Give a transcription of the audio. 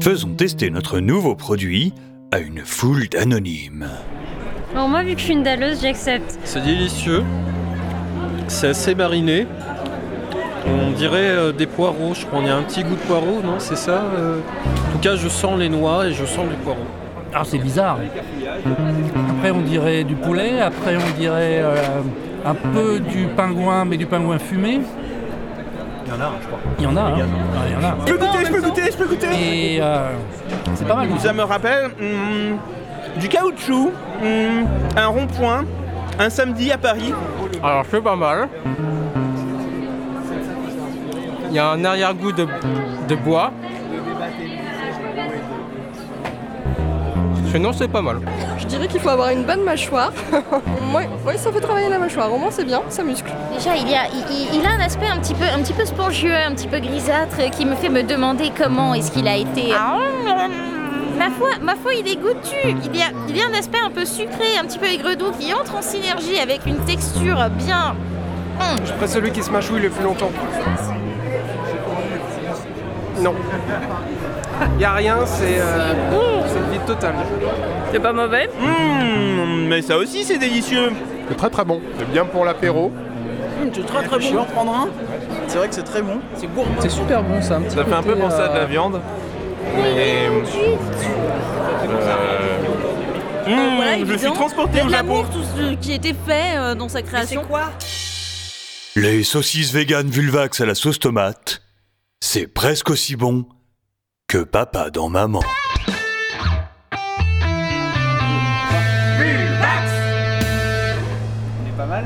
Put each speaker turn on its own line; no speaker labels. faisons tester notre nouveau produit à une foule d'anonymes.
Bon, moi, vu que je suis une dalleuse, j'accepte.
C'est délicieux. C'est assez mariné. On dirait euh, des poireaux, je crois. Il y a un petit goût de poireau, non C'est ça euh En tout cas, je sens les noix et je sens les poireaux.
Ah, c'est bizarre. Après, on dirait du poulet. Après, on dirait euh, un peu du pingouin, mais du pingouin fumé.
Il y en a, je crois.
Il y en a. hein. Ah, il y en a.
Je peux goûter, je peux goûter, je peux goûter.
Et euh, c'est pas mal.
Ça me rappelle hum, du caoutchouc, hum, un rond-point, un samedi à Paris.
Alors, c'est pas mal. Il y a un arrière-goût de, de bois. Sinon, c'est pas mal.
Je dirais qu'il faut avoir une bonne mâchoire. Moi, ouais, ça fait travailler la mâchoire. Au moins, c'est bien, ça muscle.
Déjà, il, y a, il- il, il a un aspect un petit, peu, un petit peu spongieux, un petit peu grisâtre, euh, qui me fait me demander comment est-ce qu'il a été. euh, ma, foi, ma foi, il est goûtu. Il y, a, il y a un aspect un peu sucré, un petit peu aigre-doux, qui entre en synergie avec une texture bien.
Pas celui qui se mâchouille le plus longtemps. Non. Il a rien, c'est euh, c'est le vide total.
C'est pas mauvais.
Hum, mais ça aussi, c'est délicieux.
C'est très très bon. C'est bien pour l'apéro.
C'est très très bon, je vais en prendre un. C'est vrai que c'est très bon. C'est gourmand.
C'est super bon, ça.
Ça fait un peu penser à de la viande. Mais.
euh,
Hum,
Voilà,
je suis
évident.
transporté
Il y a
au
de
Japon.
l'amour, tout ce qui était fait euh, dans sa création. quoi
Les saucisses véganes Vulvax à la sauce tomate, c'est presque aussi bon que papa dans maman.
On est pas mal.